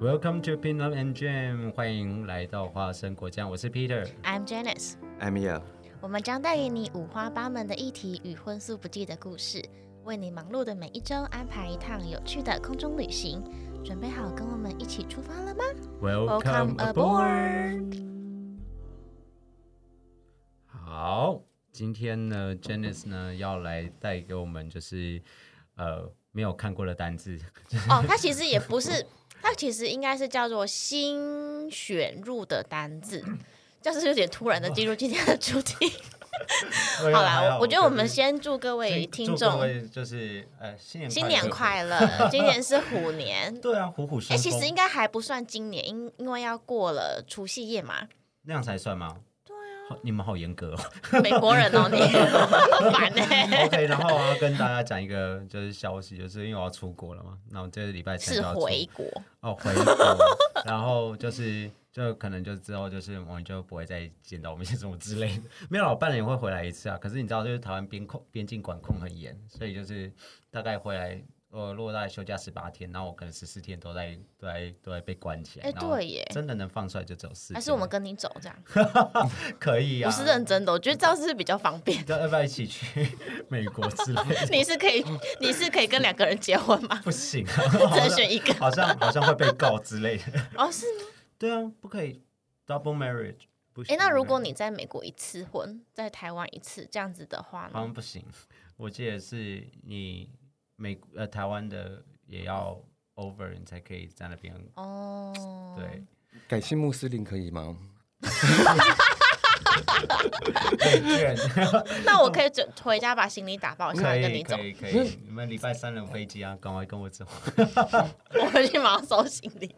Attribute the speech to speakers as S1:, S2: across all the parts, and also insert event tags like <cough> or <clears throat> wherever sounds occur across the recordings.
S1: Welcome to Pin Love and Jam，欢迎来到花生果酱，我是 Peter。
S2: I'm Janice，
S3: 艾米亚，
S2: 我们将带给你五花八门的议题与荤素不忌的故事，为你忙碌的每一周安排一趟有趣的空中旅行。准备好跟我们一起出发了吗？Welcome aboard
S1: 好，今天呢，Janice 呢要来带给我们就是呃没有看过的单字，
S2: 哦，它其实也不是，它其实应该是叫做新选入的单字，就是有点突然的进入今天的 <laughs> 主题。
S1: 哎好
S2: 好啦，我我觉得我们先祝各位听
S1: 各
S2: 众
S1: 位就是呃新年
S2: 新年
S1: 乐
S2: 快乐，今年是虎 <laughs> 年。
S1: 对啊，虎虎
S2: 哎、
S1: 生
S2: 其
S1: 风，
S2: 实应该还不算今年，因因为要过了除夕夜嘛。
S1: 那样才算吗？对啊，你们好严
S2: <laughs>
S1: 格哦。
S2: 美国人哦，你 <laughs> 烦欸呢、
S1: OK，然后我要跟大家讲一个就是消息，就是因为我要出国了嘛，那我这个礼拜才
S2: 是
S1: 要出
S2: 回国，
S1: 哦回国，然后就是就可能就之后就是我们就不会再见到我们什么之类的，没有啦，我半年会回来一次啊。可是你知道，就是台湾边控边境管控很严，所以就是大概回来。呃，如果大概休假十八天，然后我可能十四天都在都在都在被关起来。
S2: 哎
S1: 然后
S2: 对耶
S1: 真的能放出来就只有四天。
S2: 还是我们跟你走这样？
S1: 可以啊？
S2: 不是认真的，我觉得这样是比较
S1: <laughs>
S2: 方便。
S1: 要要不要一起去 <laughs> 美国之类的？
S2: 你是可以，你是可以跟两个人结婚吗？
S1: 不行啊，
S2: <laughs> 只能选一个
S1: <laughs> 好像好像会被告之类的。
S2: 哦，是吗？
S1: 对啊，不可以 double marriage，不行。
S2: 哎、那如果你在美国一次婚，在台湾一次这样子的话
S1: 好像
S2: 呢？
S1: 不行，我记得是你美呃台湾的也要 over 你才可以在那边
S2: 哦，
S1: 对，
S3: 改信穆斯林可以吗？
S1: 对，
S2: 那我可以就回家把行李打包一下
S1: 可
S2: 来跟你
S1: 以
S2: 走
S1: 可，以可以，你们礼拜三的飞机啊，赶快跟我走。
S2: 我回去马上收行李。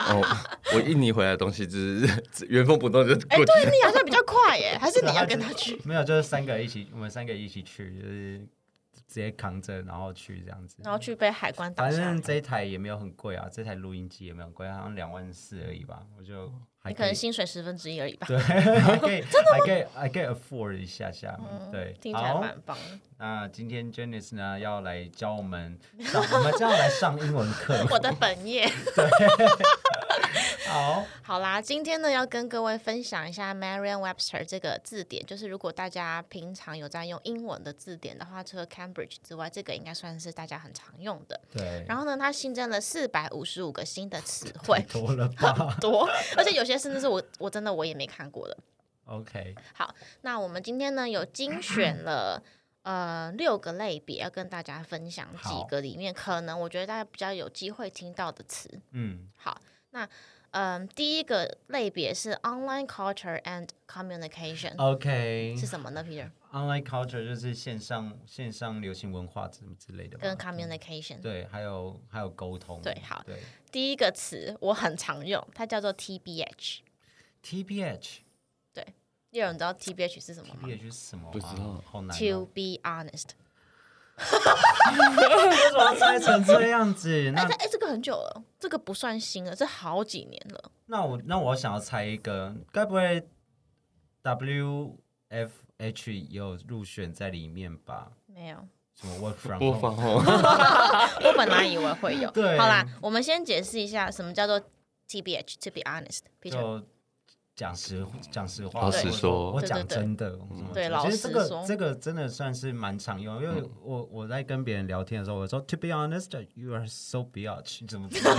S3: 哦， <laughs> 我印尼回来的东西就是原封不动就
S2: 哎、
S3: 过去。
S2: 对你好像比较快耶，还是你要跟他去？
S1: 没有，就是三个一起，我们三个一起去，就是直接扛着然后去这样子。
S2: 然后去被海关打
S1: 反
S2: 下来
S1: 正这一台也没有很贵啊，这台录音机也没有很贵，好像两万四而已吧，我就还
S2: 哦你可
S1: 可以
S2: 能，薪水十分之一而已吧。
S1: 对， <laughs> 还可以，还可以，还可以 afford 一下下，对，
S2: 嗯听起来
S1: 好，
S2: 蛮棒的。
S1: 那今天 Janice 呢要来教我们上，我们这样来上英文课，
S2: 我的本业。
S1: 好，
S2: <laughs> 好啦，今天呢要跟各位分享一下 Merriam-Webster 这个字典，就是如果大家平常有在用英文的字典的话，除了 Cambridge 之外，这个应该算是大家很常用的。
S1: 对，，
S2: 然后呢，它新增了四百五十五个新的词汇
S1: <laughs> 多了吧 <laughs>
S2: 多，而且有些甚至是我我真的我也没看过的。
S1: ？OK，
S2: 好，那我们今天呢有精选
S1: <clears throat>
S2: 了呃六个类别，要跟大家分享
S1: 好
S2: 几个里面可能我觉得大家比较有机会听到的词。
S1: 嗯，
S2: 好，那嗯，第一个类别是 online culture and communication，、是嗯
S1: 哦 OK，online
S2: 什么呢，Peter？
S1: culture 就是线上线上流行文化什么之类的吧，
S2: 跟 communication。
S1: 嗯对，还有还有沟通，
S2: 对好
S1: 对
S2: 第一个词我很常用，它叫做 TBH。
S1: ，TPH。
S2: 叶荣，你知道 TBH 是什么吗
S1: TPH 是什么、啊？
S3: 不知道
S1: 好难、
S2: ？To
S1: 哦。
S2: be honest，
S1: 为什么要拆成这样
S2: <laughs>
S1: 子？
S2: 哎，
S1: 那
S2: 它哎，这个很久了，这个不算新了，这好几年了。
S1: 那我那我想要猜一个，该不会 W F H 也有入选在里面吧？
S2: 没有，
S1: 什么 Work from
S3: 播
S1: home？
S3: 放 <laughs> 哦，
S2: 我本来以为会有。
S1: 对
S2: 好啦，我们先解释一下什么叫做 TBH。To be honest，Peter，
S1: 就讲实讲实话，
S3: 老
S2: 实
S1: 我
S3: 说嗯
S1: 我
S2: 对对
S1: 讲
S2: 对
S1: 真的，我怎么
S2: 对
S1: 讲
S2: 老
S1: 其实这
S2: 实
S1: 个
S2: 说
S1: 这个真的算是蛮常用，因为
S3: 嗯
S1: 我我在跟别人聊天的时候，我说 To be honest, you are so biatch，怎么怎么，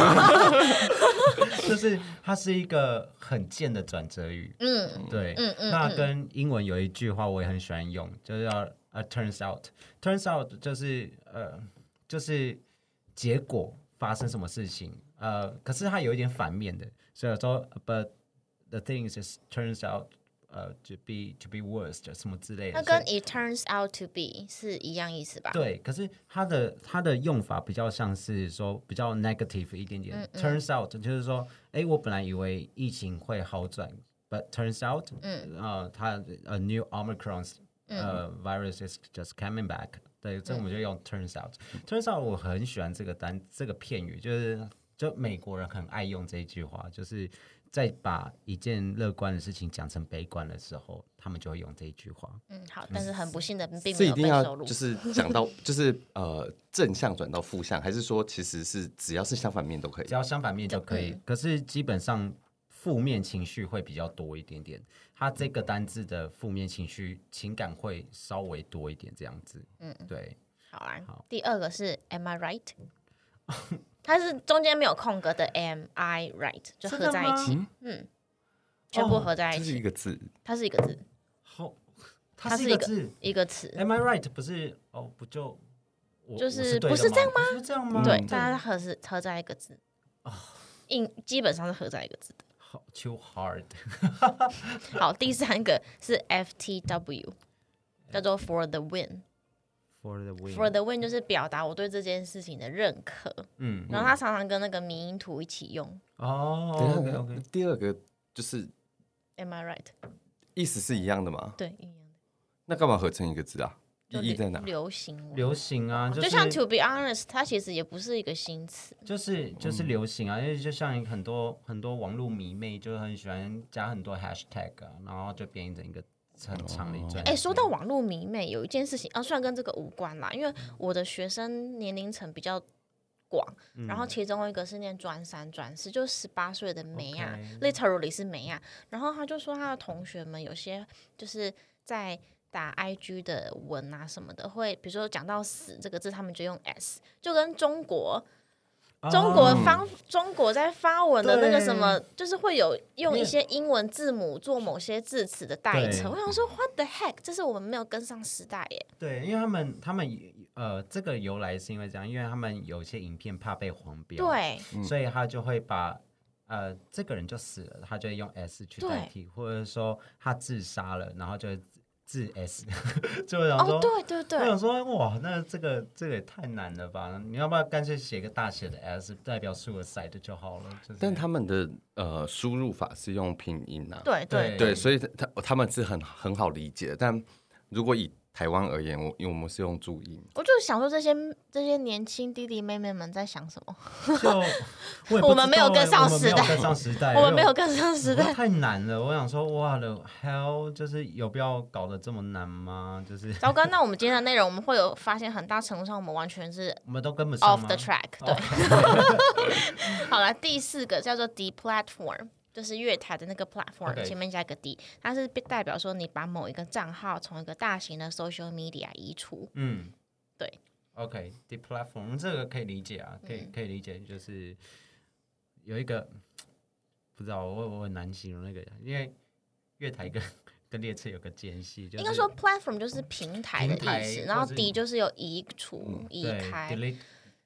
S1: <laughs> 就是它是一个很贱的转折语，
S2: 嗯，
S1: 对，
S2: 嗯嗯
S1: 那
S2: 嗯
S1: 跟英文有一句话我也很喜欢用，就是要呃、turns out，turns out 就是呃就是结果发生什么事情，呃，可是它有一点反面的，所以我说 but the thing is it turns out 呃 to be to be worse 什么之类的，
S2: 那跟
S1: 所以
S2: It turns out to be 是一样意思吧？
S1: 对，可是它的它的用法比较像是说比较 negative 一点点、t u r n s out 就是说，哎，我本来以为疫情会好转，but turns out，嗯，呃，它呃 new omicron 呃、virus is just coming back，对，这我们就用 turns out、turns out 我很喜欢这个单这个片语，就是就美国人很爱用这一句话，就是再把一件乐观的事情讲成悲观的时候，他们就会用这一句话。
S2: 嗯，好，但是很不幸的，并
S3: 是
S2: 没
S3: 一
S2: 有被
S3: 定要
S2: 收录。
S3: 就是讲到 <laughs> 就是呃正向转到负向，还是说其实是只要是相反面都可以
S1: 只？要相反面就可以。可是基本上负面情绪会比较多一点点，它这
S2: 嗯
S1: 个单字的负面情绪情感会稍微多一点这样子。
S2: 嗯，
S1: 对，
S2: 好啦
S1: 好。
S2: 第二个是 Am I right？它是中间没有空格的 Am I right？就合在一起，
S1: 起，
S2: 嗯，全部合在一
S3: 哦这是
S2: 起，
S3: 一个字，
S2: 它是一个字，
S1: 好，
S2: 它
S1: 它
S2: 是
S1: 是一
S2: 一
S1: 个
S2: 个
S1: 字。
S2: 一个词，
S1: Am I right？不是哦，不就我
S2: 就
S1: 我
S2: 是
S1: 对
S2: 不
S1: 的
S2: 是这样
S1: 吗？不是这样吗？
S2: 对，
S3: 嗯
S2: 大家合是合在一个字，应基本上是合在一个字的。
S1: 好，too hard。
S2: 好，第三个是 FTW，叫做 For the Win，For
S1: <laughs> For the win。
S2: the Win 就是表达我对这件事情的认可，
S1: 嗯，
S2: 然后它常常跟那个迷因图一起用。
S1: 哦
S3: 等一下
S1: ，OK
S3: 等
S1: OK
S3: 一下。第二个就是
S2: Am I right？
S3: 意思是一样的嘛？
S2: 对，一样的
S3: 那干嘛合成一个字啊？意
S2: 就
S3: 义
S2: 流
S3: 在哪？
S2: 流行文，
S1: 流行啊，
S2: 哦就是像 To be honest，它其实也不是一个新词。
S1: 就是就是流行啊，因为就像很多很多网络迷妹，就很喜欢加很多 hashtag 啊，然后就变成一个很长的一段。
S2: 哎、说到网络迷妹，有一件事情啊，虽然跟这个无关啦，因为我的学生年龄层比较广，然后其中一个是念专三、专四，就十八岁的梅亚
S1: OK
S2: ，literally 是梅亚。然后他就说他的同学们有些就是在打 IG 的文啊什么的，会比如说讲到死这个字，他们就用 s，就跟中国。中国
S1: 哦
S2: 方、中国在发文的那个什么，就是会有用
S1: 那
S2: 一些英文字母做某些字词的代
S1: 对
S2: 称。我想说，what the heck？这是我们没有跟上时代耶。
S1: 对，因为他们他们呃，这个由来是因为这样，因为他们有些影片怕被黄标，，
S2: 对，
S1: 所以他就会把呃这个人就死了，他就会用 S 去代替，或者说他自杀了，然后就自 S，就 <laughs> 想说。嗯
S2: 哦，对对
S1: 我
S2: 对
S1: 想，说，哇，那这个这个也太难了吧？你要不要干脆写个大写的 S 代表 suicide 就好了？就是、
S3: 但他们的呃输入法是用拼音啊，
S2: 对对
S1: 对
S3: 对，所以他他们是很很好理解的。但如果以台湾而言，我因为我们是用注音，
S2: 我就想说这些这些年轻弟弟妹妹们在想什么？
S1: 就
S2: <laughs>
S1: 我也不知道欸
S2: 我们没有跟上
S1: 我哎们没有
S2: 时代
S1: 跟上时代，
S2: <laughs> 我们没
S1: 因为
S2: 有跟上
S1: <laughs>
S2: 时代。
S1: 太难了，我想说，哇了 hell，就是有必要搞得这么难吗？就是 <laughs>
S2: 糟糕，那我们今天的内容，我们会有发现很大程度上，我们完全是
S1: 我们都跟不上
S2: off
S1: 吗哦
S2: the track。对， <laughs> 好了，第四个叫做 deplatform，就是月台的那个 platform
S1: OK
S2: 前面加一个 d，它是代表说你把某一个账号从一个大型的 social media 移除。
S1: 嗯，
S2: 对嗯
S1: ，OK，d e platform 这个可以理解啊，可以可以理解，就是有一个不知道我我很难形容那个，因为月台跟 <laughs> 跟列车有个间隙，就是
S2: 应该说 platform 就是平台的
S1: 平台
S2: 意思，
S1: 或
S2: 然后
S1: 是
S2: d 就是有移除、移
S1: 对
S2: 开。
S1: delete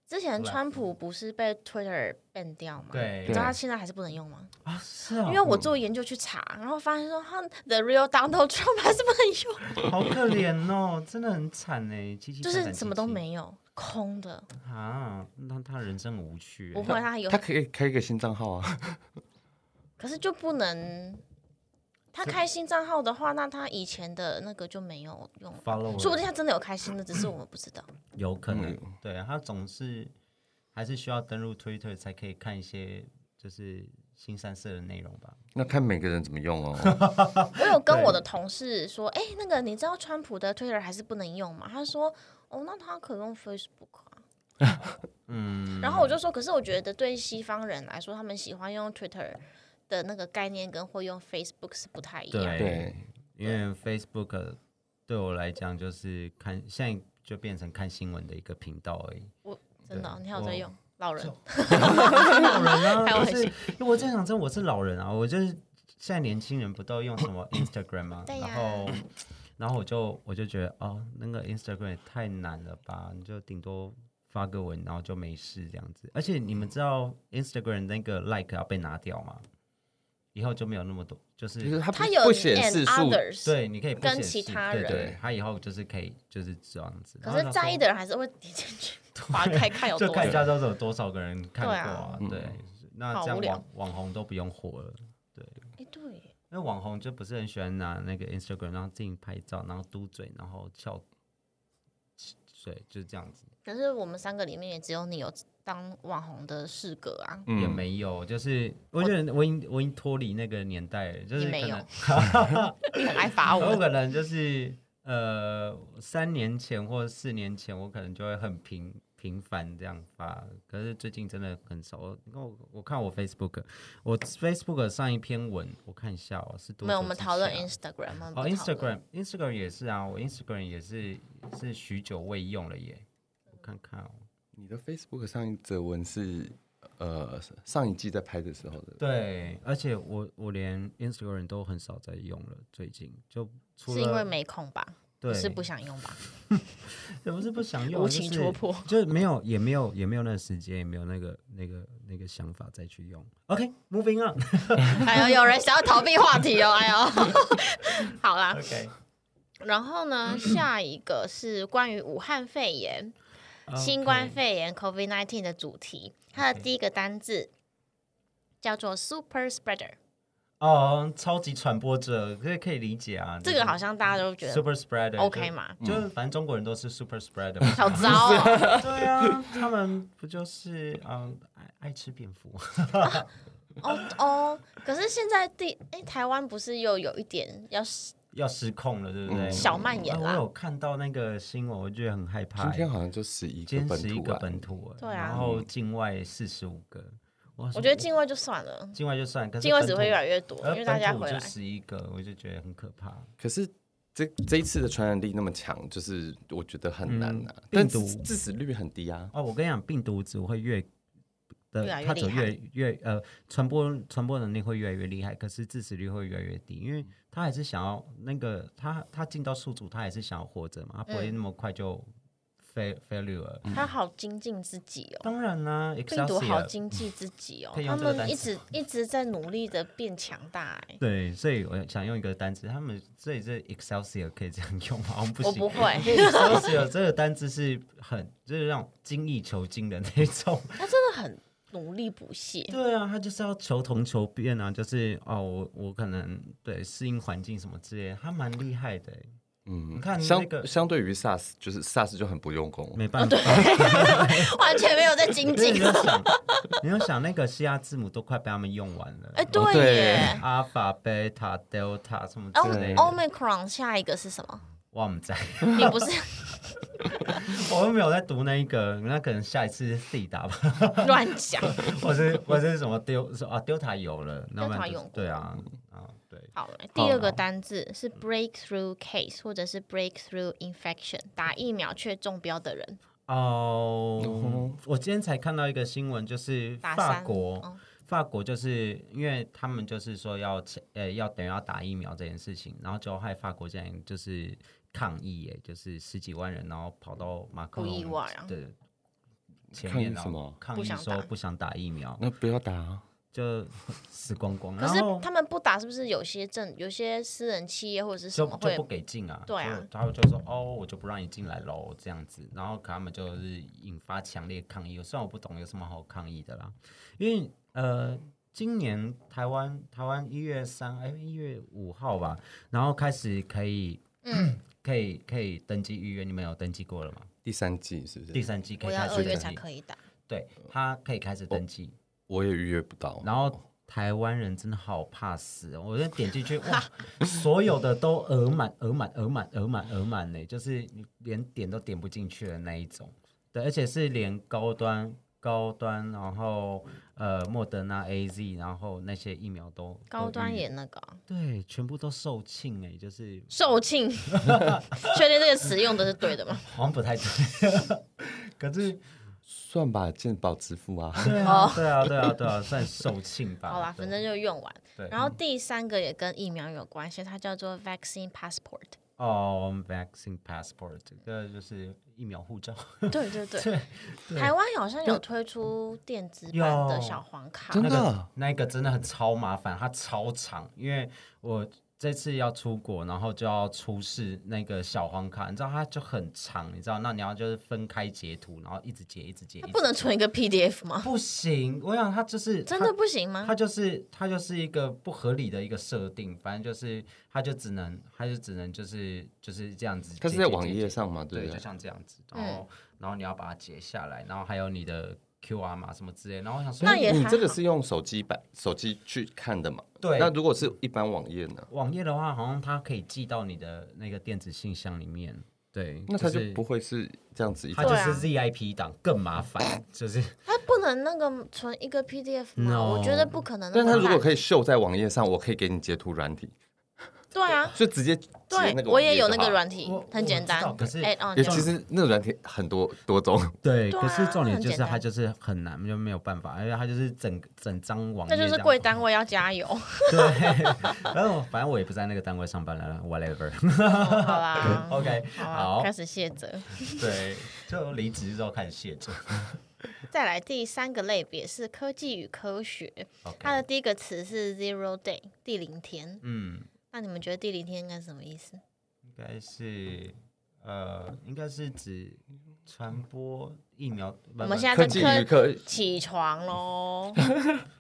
S2: 之前川普不是被 Twitter ban 掉吗？
S1: 对
S2: 你知道他现在还是不能用吗？
S1: 啊，是啊，
S2: 因为我做研究去查，然后发现说他 the real Donald Trump 还是不能
S1: <laughs> <laughs>
S2: 用。
S1: 好可怜哦，真的很惨哎，七七
S2: 就是什么都没有，空的。
S1: 啊，那他人生无趣欸，
S2: 不会，他有
S3: 他，可以开一个新账号啊。 <laughs>
S2: 可是就不能。他开新账号的话，那他以前的那个就没有用了，
S1: follow
S2: 说不定他真的有开新的，只是我们不知道。
S1: 有可能，对他总是还是需要登录 Twitter 才可以看一些就是新三色的内容吧。
S3: 那看每个人怎么用哦。
S2: 我有跟我的同事说，哎、那个你知道川普的 Twitter 还是不能用嘛？他说，哦，那他可用 Facebook 啊。
S1: 嗯，
S2: 然后我就说，可是我觉得对西方人来说，他们喜欢用 Twitter 的那个概念跟会用 Facebook 是不太一样。
S1: <laughs> 对
S3: 对，
S1: 因为 Facebook 呃对我来讲就是看现在就变成看新闻的一个频道而 <laughs> 已。
S2: 我真的哦、你还有在
S1: 我
S2: 用老人
S1: 就老人 <laughs> 啊，
S2: 开玩笑
S1: 就是因为我在想，真我是老人啊，我就是现在年轻人不都用什 <coughs> 么 Instagram 吗？
S2: 对呀
S1: 然后，然后我就我就觉得哦，那个 Instagram 也太难了吧，你就顶多发个文，然后就没事这样子。而且你们知道 Instagram 那个 like 要被拿掉吗？以后就没有那么多，就
S3: 就是
S1: 是。
S3: 他
S2: 他
S3: 不
S2: 有
S3: 不显
S2: and
S3: 示数，
S2: others，
S1: 对，你可以不
S2: 跟
S1: 显
S2: 其
S1: 示
S2: 他
S1: 对
S2: 人
S1: 对，他以后就是可以就是这样子。
S2: 可是在意的人还是会点进去 <laughs> 划开看有
S1: 就
S2: 多
S1: 看一
S2: 少。
S1: 下到底有多少个人看过啊？
S3: 对啊
S1: 对，那
S2: 好
S1: 这样
S2: 无聊
S1: 网网红都不用火了。
S2: 哎，对耶，
S1: 因为网红就不是很喜欢拿那个 Instagram，然后自己拍照，然后嘟嘴，然后翘嘴，就是这样子。
S2: 可是我们三个里面也只有你有当网红的适格啊。 <coughs>
S3: 嗯
S1: 也没有，就是我觉得我已经我已经脱离那个年代了，就是
S2: 你没
S1: 可
S2: 有
S1: 能
S2: 你很爱罚
S1: 我
S2: 啊我，
S1: 可能就是呃三年前或四年前，我可能就会很频频繁这样发，可是最近真的很少。我你看我我看我 Facebook，我 Facebook 上一篇文，我看一下哦是多
S2: 没有，
S1: 久
S2: 我们
S1: 之
S2: 讨论
S1: 前啊
S2: Instagram，我们不
S1: 哦
S2: 讨论
S1: ，Instagram Instagram 也是啊，我 Instagram 也是是许久未用了耶，我看看哦。
S3: 你的 Facebook 上一则文是呃上一季在拍的时候的，
S1: 对，而且我我连 Instagram 都很少在用了，最近就除
S2: 是因为
S1: 了
S2: 没空吧？
S1: 对，
S2: 是不想用吧？ <laughs>
S1: 也不是不想用，
S2: 无情
S1: 就是
S2: 戳破，
S1: 就是没有，也没有，也没有那个时间，也没有那个那个那个想法再去用。OK，moving、on。
S2: 哎呦，有人想要逃避话题哦，哎呦， <laughs> 好
S1: <laughs>
S2: 啦，
S1: OK，
S2: 然后呢，下一个是关于武汉肺炎、新冠肺炎 （COVID-19） 的主题，它
S1: 哦
S2: 的
S1: OK
S2: 第一个单字叫做 super spreader，
S1: 哦，超级传播者，这可以理解啊。
S2: 这个好像大家都觉得
S1: ，super spreader
S2: OK 嘛，
S1: 就？就是反正中国人都是 super spreader 嘛。
S2: 好糟哦。
S1: 对啊，他们不就是嗯爱爱吃蝙蝠？
S2: 哦哦，可是现在第哎，台湾不是又有一点要
S1: 要失控了，对不对？
S3: 嗯
S2: 小蔓延
S1: 啊
S2: 啦
S1: 我有看到那个新闻，我觉得很害怕
S3: 今
S1: 欸。
S3: 天好像就十一个
S1: 今
S3: 本
S1: 天十一
S3: 土
S1: 个
S3: 啊，
S1: 本土欸，
S2: 对啊
S1: 然后境外四十五个。我
S2: 我觉得境外就算了，
S1: 境外就算，可是
S2: 境外
S1: 本
S2: 只会
S1: 土呃
S2: 越来越多，因为大家回来
S1: 就。十一个，我就觉得很可怕。
S3: 可是这这一次的传染力那么强，就是我觉得很难
S1: 嗯
S3: 啊。但
S1: 病毒
S3: 致致死率很低啊，
S1: 哦，我跟你讲，病毒只会越
S2: 越来
S1: 的，
S2: 越
S1: 它只
S2: 厉害
S1: 会越越呃传播传播能力会越来越厉害，可是致死率会越来越低，因为他还是想要那个他他进到宿主，他还是想要活着嘛，他不会
S2: 嗯
S1: 那么快就 fail failure。
S2: 他好精进自己哦，
S1: 当然啦
S2: 病毒好
S1: ，Excelsior。
S2: 经济自己哦，
S1: 啊可以
S2: 他
S1: 用这个
S2: 们
S1: 单
S2: 一
S1: 词
S2: 直一直在努力的变强大哎、
S1: 对，所以我想用一个单词，他们所以这 Excelsior 可以这样用吗？我们不
S2: 我
S1: 行
S2: 不。
S1: <laughs>
S2: 会，
S1: Excelsior 啊这个单字是很就是让精益求精的那种， <laughs>
S2: 他真的很努力不懈，
S1: 对啊，他就是要求同求变啊，就是哦，我我可能对适应环境什么之类的，他蛮厉害的欸。
S3: 嗯，
S1: 你看那
S3: 相
S1: 个
S3: 相对于 SARS，就是 SARS 就很不用功，
S1: 没办法，
S2: 啊完全没有在精
S1: 就是
S2: 进
S1: <laughs> 你。要想，你要想那个西亚字母都快被他们用完了，
S2: 哎，
S3: 哦
S2: 对
S3: 对
S2: 耶。
S1: 阿尔法、贝塔、德尔塔什么
S2: 哦
S1: 之类的，
S2: ，Omicron 下一个是什么？
S1: 哇我们在， <laughs>
S2: 你不是
S1: 我又没有在读那一个，那可能下一次是 C 打吧，
S2: 乱讲。
S1: 我是我是什么丢是啊丢塔有了，那不然
S2: Delta
S1: 就是
S2: 用过
S1: 对啊啊对，
S2: 好，来第二个单字是 breakthrough case 或者是 breakthrough infection，打疫苗却中标的人。
S1: 哦、
S3: 嗯
S1: 我今天才看到一个新闻，就是
S2: 打
S1: 法
S2: 三
S1: 国，
S2: 哦
S1: 法国就是因为他们就是说要签呃要等于要打疫苗这件事情，然后就害法国竟然就是抗议，哎，就是十几万人，然后跑到马克
S2: 不
S1: 龙
S2: 意外啊
S1: 对，前
S3: 抗
S1: 面
S3: 议
S1: 然
S3: 什
S1: 后
S3: 么
S1: 抗
S2: 不
S1: 议
S2: 想
S1: 说
S2: 打
S1: 不想打疫苗，
S3: 那不要打啊。
S1: 就 <laughs> 死光光，
S2: 可
S1: 然
S2: 是
S1: 后
S2: 他们不打，是不是有些政、有些私人企业或者是什
S1: 就
S2: 么
S1: 就
S2: 会
S1: 不给进啊，
S2: 对啊
S1: 就他们就说哦，我就不让你进来喽，这样子，然后可他们就是引发强烈抗议。虽然我不懂有什么好抗议的啦，因为呃，今年台湾台湾一月三哎一月五号吧，然后开始可以
S2: 嗯，
S1: 可以可以登记预约，你们有登记过了吗？
S3: 第三季是不
S1: 第
S3: 是？
S1: 三季可
S2: 我
S1: 以
S2: 要
S1: 开
S2: 二
S1: 始
S2: 月
S1: 登
S2: 才
S1: 记，
S2: 可以打。
S1: 对，他可以开始登记，
S3: 我也预约不到。
S1: 然后。台湾人真的好怕死、哦，我就点进去哇， <laughs> 所有的都额满、额满、额满、额满、额满呢，就是你连点都点不进去的那一种。对，而且是连高端、高端，然后呃，莫德纳、A Z，然后那些疫苗都
S2: 高端
S1: 都预
S2: 也那个啊
S1: 对，全部都售罄哎，就是
S2: 售罄，确定这个词用的是对的吗？
S1: 好像不太对， <laughs> 可是
S3: 算吧，健保支付
S1: <laughs>
S3: 啊。
S1: 对
S2: 哦
S1: 啊，对啊，对啊，对啊，算售罄吧。
S2: 好啦，
S1: 对
S2: 反正就用完。
S1: 对，
S2: 然后第三个也跟疫苗有关系，它叫做 vaccine passport。
S1: 哦，vaccine passport，这个就是疫苗护照。
S2: 对对对，台湾好像有推出电子版的
S1: 有
S2: 小黄卡
S3: 真，的
S1: 那个那一个真的很超麻烦，它超长，因为我这次要出国，然后就要出示那个小黄卡，你知道它就很长，你知道，那你要就是分开截图，然后一直截，一直截，一直
S2: 不能存一个 PDF 吗？
S1: 不行，我想它就是
S3: <laughs>
S2: 真
S1: 它
S2: 的不行吗
S1: 它？就是它就是一个不合理的一个设定，反正就是它就只能它就只能就是就是这样子。
S3: 它是在网页上嘛，
S1: 对，就
S3: 不对？
S2: 嗯
S1: 像这样子，然后、然后你要把它截下来，然后还有你的 QR 码什么之类，然后我想说
S2: 那也
S3: 你
S2: 还
S3: 这个
S2: 好
S3: 是用手机版手机去看的嘛？
S1: 对
S3: 那如果是一般网页呢？
S1: 网页的话，好像它可以寄到你的那个电子信箱里面。对，
S3: 那它就是不会是这样子一
S1: 它
S3: 条
S1: 就
S2: 对啊
S1: 是 ZIP 档更麻烦，就是
S2: 它不能那个存一个 PDF 吗
S1: No
S2: 我觉得不可能那
S3: 但
S2: 么
S3: 它
S2: 烂。
S3: 如果可以秀在网页上，我可以给你截图软体，
S2: 对啊，
S3: 就直接截那
S2: 对
S3: 个。
S2: 我也有那个。软体
S1: 我，
S2: 很简单
S1: 我知道可是
S2: add on
S3: 也
S2: 这样
S3: 其实那个软体很多多种，
S1: 对。
S2: 对
S1: 可
S2: 啊
S1: 是重点就
S2: 很简
S1: 是
S2: 单
S1: 它就是很难，就没有办法，因为它就是整整张网页
S2: 那
S1: 这
S2: 就
S1: 样。
S2: 是贵单位要加
S1: <laughs>
S2: 油。
S1: 对，然后反正我也不在那个单位上班了，whatever。
S2: 好啦
S1: <laughs> OK，
S2: 好
S1: 好
S2: <laughs> 啦，开，始卸责。
S1: 对，就离职之后开始卸妆。
S2: 再来第三个类别是科技与科学，它
S1: OK，
S2: 的第一个词是 zero day，第零天。
S1: 嗯，
S2: 那你们觉得第零天应该是什么意思？
S1: 应该是呃，应该是指传播疫苗。
S2: 我们现在
S3: 科
S2: 在
S3: 技
S2: 科
S3: 与科
S2: 起
S1: <laughs>
S2: 床喽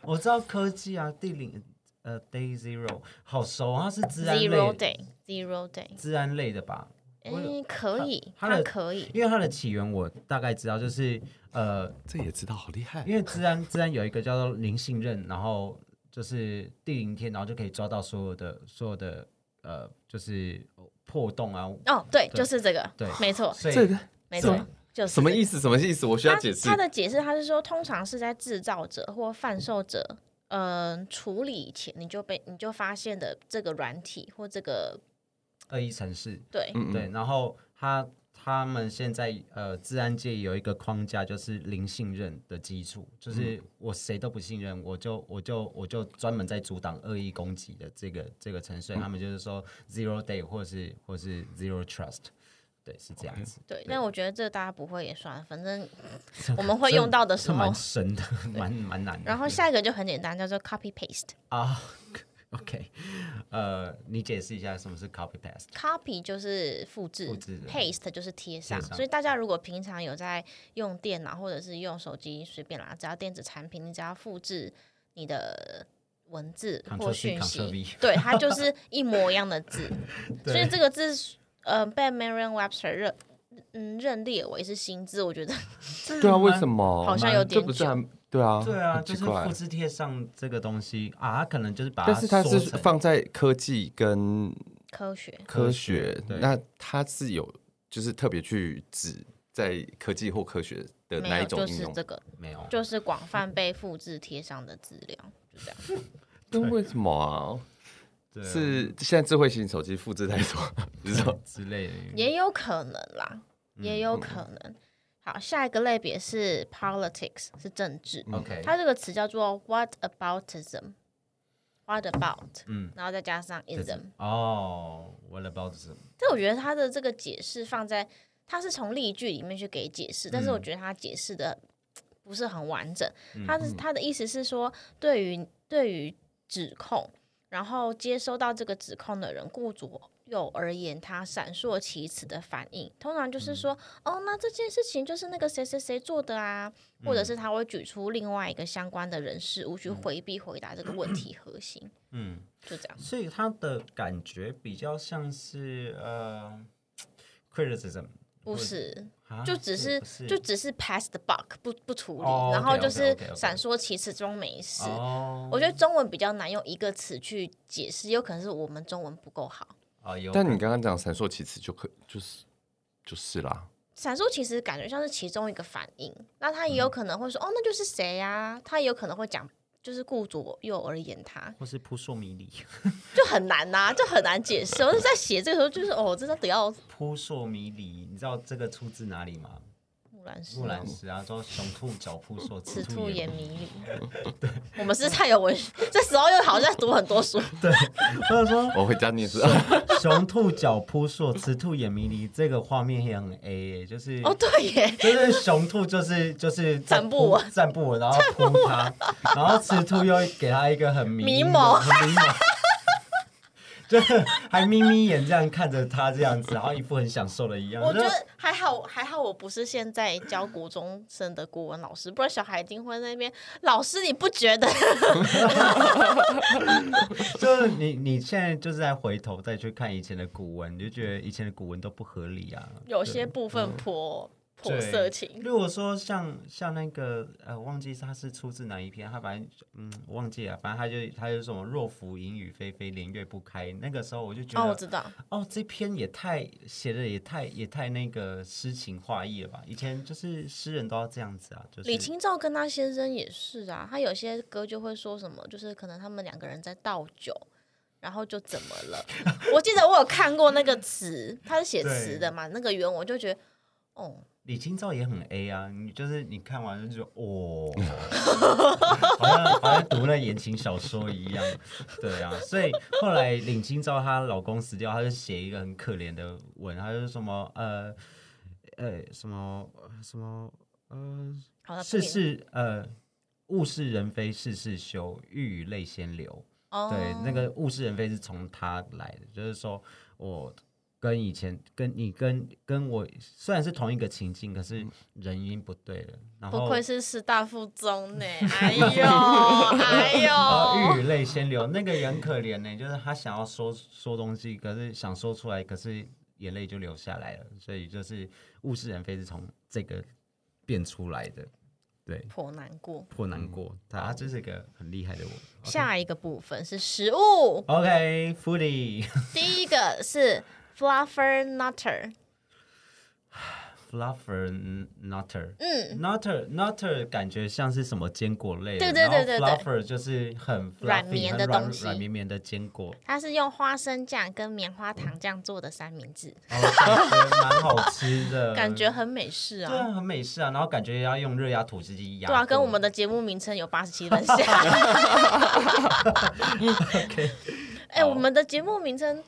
S1: 我知道科技啊，地理呃 Day Zero 好熟啊，它是治安类
S2: ，zero day，zero day，
S1: 治安类的吧？我有
S2: 哎，可以，
S1: 它它
S2: 它
S1: 的
S2: 可以，
S1: 因为它的起源我大概知道，就是呃，
S3: 这也知道，好厉害
S1: 因为治安治安有一个叫做零信任，然后就是第零天，然后就可以抓到所有的所有的呃，就是破洞啊，
S2: 哦，对，
S1: 对
S2: 就是这个，
S1: 对
S2: 没错，
S1: 所以
S3: 这个
S2: 没错
S1: 对，
S2: 就是
S3: 什么
S2: 这个
S3: 意思？什么意思？我需要
S2: 他
S3: 解释
S2: 他。的解释，他是说，通常是在制造者或贩售者，呃，处理前你就被你就发现的这个软体或这个
S1: 恶意城市，
S2: 对，
S3: 嗯
S1: 对，
S3: 嗯，
S1: 然后他他们现在呃，治安界有一个框架，就是零信任的基础，就是
S2: 嗯
S1: 我谁都不信任，我就我就我就专门在阻挡恶意攻击的这个这个程
S2: 嗯
S1: 序，他们就是说 zero day 或是或是 zero trust，对，是这样子，
S2: 对。但我觉得这大家不会也算，反
S3: <laughs>
S2: 正我们会用到的时
S1: 是
S2: 候
S1: 蛮。深的，蛮蛮难的。
S2: 然后下一个就很简单，叫做 copy paste。
S1: 啊，OK，呃，你解释一下什么是 copy paste？
S2: copy 就是复制
S1: 复制的嗯
S2: p a s t e 就是贴上。
S1: 贴上
S2: 所以大家如果平常有在用电脑或者是用手机，随便啦，只要电子产品，你只要复制你的文字
S1: Ctrl
S2: 或
S1: C，
S2: 讯
S1: Ctrl
S2: 息
S1: V，
S2: 对，它就是一模一样的
S1: <laughs>
S2: 字。所以这个字是，呃，被 Merriam-Webster 认嗯认列为是新字，我觉得
S3: 对啊，为什么？
S2: 好像有点
S3: 这不是还对啊，
S1: 对啊，
S3: 很
S1: 就
S3: 奇
S1: 是
S3: 怪
S1: 复。制贴上这个东西啊，它可能就是把
S3: 但是它
S1: 缩
S3: 是
S1: 成
S3: 放在科技跟
S2: 科学
S3: 科学，
S1: 对
S3: 那它是有就是特别去指在科技或科学的
S2: 没
S3: 哪
S2: 有
S3: 一种
S2: 就
S3: 应
S2: 是
S3: 用？
S2: 这个，
S1: 没有，
S2: 就是广泛被复制贴上的资料，就这样。
S3: 那为什么啊？
S1: 对啊
S3: 是现在智慧型手机复制太多， <laughs> 你知道？
S1: 之类的。
S2: 也有可能啦，也有可能。好，下一个类别是 politics，是政治。
S1: OK，
S2: 它这个词叫做 what aboutism。What about？
S1: 嗯，
S2: 然后再加上 ism，
S1: 哦，What about this？
S2: 但我觉得它的这个解释放在，它是从例句里面去给解释，但是我觉得它解释的不是很完整。它的它的意思是说，对于对于指控，然后接收到这个指控的人，雇主有而言，他闪烁其词的反应，通常就是说，哦，那这件事情就是那个谁谁谁做的啊，或者是他会举出另外一个相关的人事物去回避回答这个问题核心，
S1: 嗯，
S2: 就这样。
S1: 所以它的感觉比较像是呃，criticism，
S2: 不是，
S1: 啊
S2: 就只是
S1: 不
S2: 就只是 pass the buck 不不处理，
S1: 哦
S2: 然后就
S1: OK，OK，OK，OK
S2: 是闪烁其词中没事。
S1: 哦，
S2: 我觉得中文比较难用一个词去解释，有可能是我们中文不够好。
S1: 哦有，
S3: 但你刚刚讲闪烁其词就可就是就是 <laughs> 啦，
S2: 闪烁其实感觉像是其中一个反应，那他
S1: 嗯
S2: 也有可能会说、哦，那就是谁呀、他也有可能会讲，就是雇主右而言他，
S1: 或是扑朔迷离，
S2: 就很难呐、就很难解释。我是在写这个时候，就是哦，这到底要
S1: <laughs> 扑朔迷离，你知道这个出自哪里吗？
S2: 木兰诗
S1: 木兰诗啊，说雄兔脚扑朔，
S2: <laughs> 此
S1: 雌
S2: 兔
S1: 兔
S2: 眼
S1: 眼迷。
S2: 迷离。 <laughs> 我们是太有文学，这时候又好像读很
S1: <laughs>
S2: 多书。
S1: 或者说
S3: 我回家念书。
S1: 雄兔脚扑朔，雌兔眼迷离，这个画面也很 A，耶就是
S2: 哦，对耶，
S1: 就是雄兔就是就是在 <laughs>
S2: 站不稳
S1: 扑站不稳，然后扑它，然后雌兔又给它一个很迷
S2: 迷
S1: 的
S2: 蒙
S1: 很迷蒙， <laughs> 就是还眯眯眼这样看着它这样子，然后一副很享受的一样。
S2: 我觉
S1: 就
S2: 得还好，还好我不是现在教国中生的国文老师，不然小孩一定会在那边。老师，你不觉得？ <laughs>
S1: 就是你你现在就是在回头再去看以前的古文，你就觉得以前的古文都不合理啊。
S2: 有些部分颇婆色情
S1: 例如说像像那个呃，忘记他是出自哪一篇，他反正就嗯忘记了，反正他就他就什么若浮淫雨霏霏，连月不开。那个时候我就觉
S2: 哦，我
S1: 得
S2: 知道，
S1: 哦这篇也太写的也太也太那个诗情画意了吧？以前就是诗人都要这样子啊，就是
S2: 李清照跟她先生也是啊，他有些歌就会说什么，就是可能他们两个人在倒酒，然后就怎么
S1: <laughs>
S2: 了？我记得我有看过那个词，他是写词的嘛，那个原文我就觉得，哦，
S1: 李清照也很 A 啊，你就是你看完就觉得哦，
S2: <laughs>
S1: 好像好像读了言情小说一样，对啊，所以后来李清照她老公死掉，她就写一个很可怜的文，她就什么呃呃什么什么呃
S2: 好像
S1: 世事呃物是人非事事休，欲语泪先流。
S2: 哦，
S1: 对，那个物是人非是从他来的，就是说我跟以前跟你跟跟我虽然是同一个情境，可是人已经不对了，然
S2: 不
S1: 后
S2: 愧是师大附
S1: <laughs>
S2: 中呢，哎呦，哎
S1: 啊，
S2: 呦，
S1: 欲语泪先流，那个人可怜呢、就是他想要说说东西，可是想说出来，可是眼泪就流下来了，所以就是物是人非是从这个变出来的，对，
S2: 颇难过。
S1: 颇难过，他他这是个很厉害的我。
S2: 下一个部分是食物，
S1: OK，foodie、
S2: 第一个是 fluffer nutter，
S1: fluffer nutter，
S2: 嗯，
S1: Nutter Nutter 感觉像是什么坚果类的，
S2: 对对对对
S1: 然后 Fluffer 就是很 fluffy,
S2: 软绵的
S1: 很软
S2: 东西
S1: 软绵绵的坚果，
S2: 它是用花生酱跟棉花糖酱做的三明治，
S1: 然后哦感觉蛮好吃的，
S2: <laughs> 感觉很美式
S1: 嗯对
S2: 啊。
S1: 啊，很美式啊，然后感觉要用热压吐司机压
S2: 对
S1: 过，
S2: 啊，跟我们的节目名称有八十七分像。 <laughs> 哎、我们的节目名称，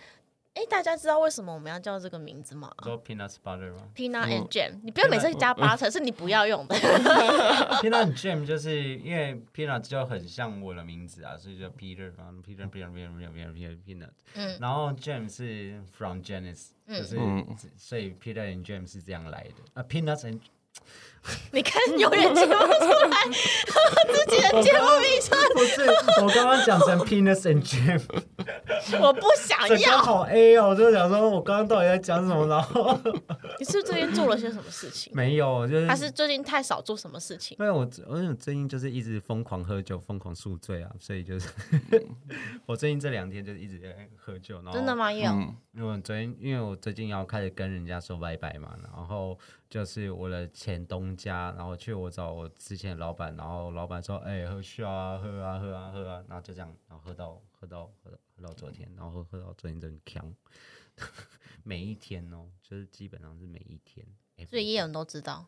S2: 哎、大家知道为什么我们要叫这个名字吗
S1: 你说 peanut butter 吗 <laughs>
S2: ？Peanut and Jam，你不要每次加 butter，是你不要用的。
S1: ？peanut jam 就是因为 peanut 就很像我的名字啊，所以就 Peter 然后 Peter Peter Peter Peter Peter Peter peanut，
S2: 嗯
S1: 然后 jam 是 from Janice，就是、
S3: 嗯
S1: 所以 Peter and Jam 是这样来的啊，peanut and
S2: <laughs> 你看，永远记不出来 <laughs> 自己的节目名
S1: <laughs> 不是，我刚刚讲成 penis and jam，
S2: 称，我不想
S1: 整个
S2: 要。
S1: 好 A 哦，我就想说我刚刚到底在讲什么，然
S2: <laughs>
S1: 后
S2: 你是不是最近做了些什么事情？
S1: 没有，就是
S2: 还是最近太少做什么事情？
S1: 因为我我因为我最近就是一直疯狂喝酒，疯狂宿醉啊，所以就是 <laughs> 我最近这两天就是一直在喝酒，然后
S2: 嗯真的？吗？也有、
S3: 嗯，
S1: 因为我昨天因为我最近要开始跟人家说拜拜嘛，然后就是我的前东家，然后去我找我之前的老板，然后老板说哎、喝酒啊喝啊喝啊喝啊，然后就这样，然后喝到喝到喝到喝到昨天，然后喝到昨天真强， <laughs> 每一天哦，就是基本上是每一天。
S2: 所以也有人都知道。